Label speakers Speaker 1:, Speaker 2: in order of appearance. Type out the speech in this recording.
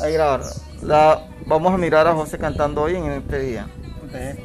Speaker 1: Ahí grabar. La, vamos a mirar a José cantando hoy en este día.
Speaker 2: Entonces,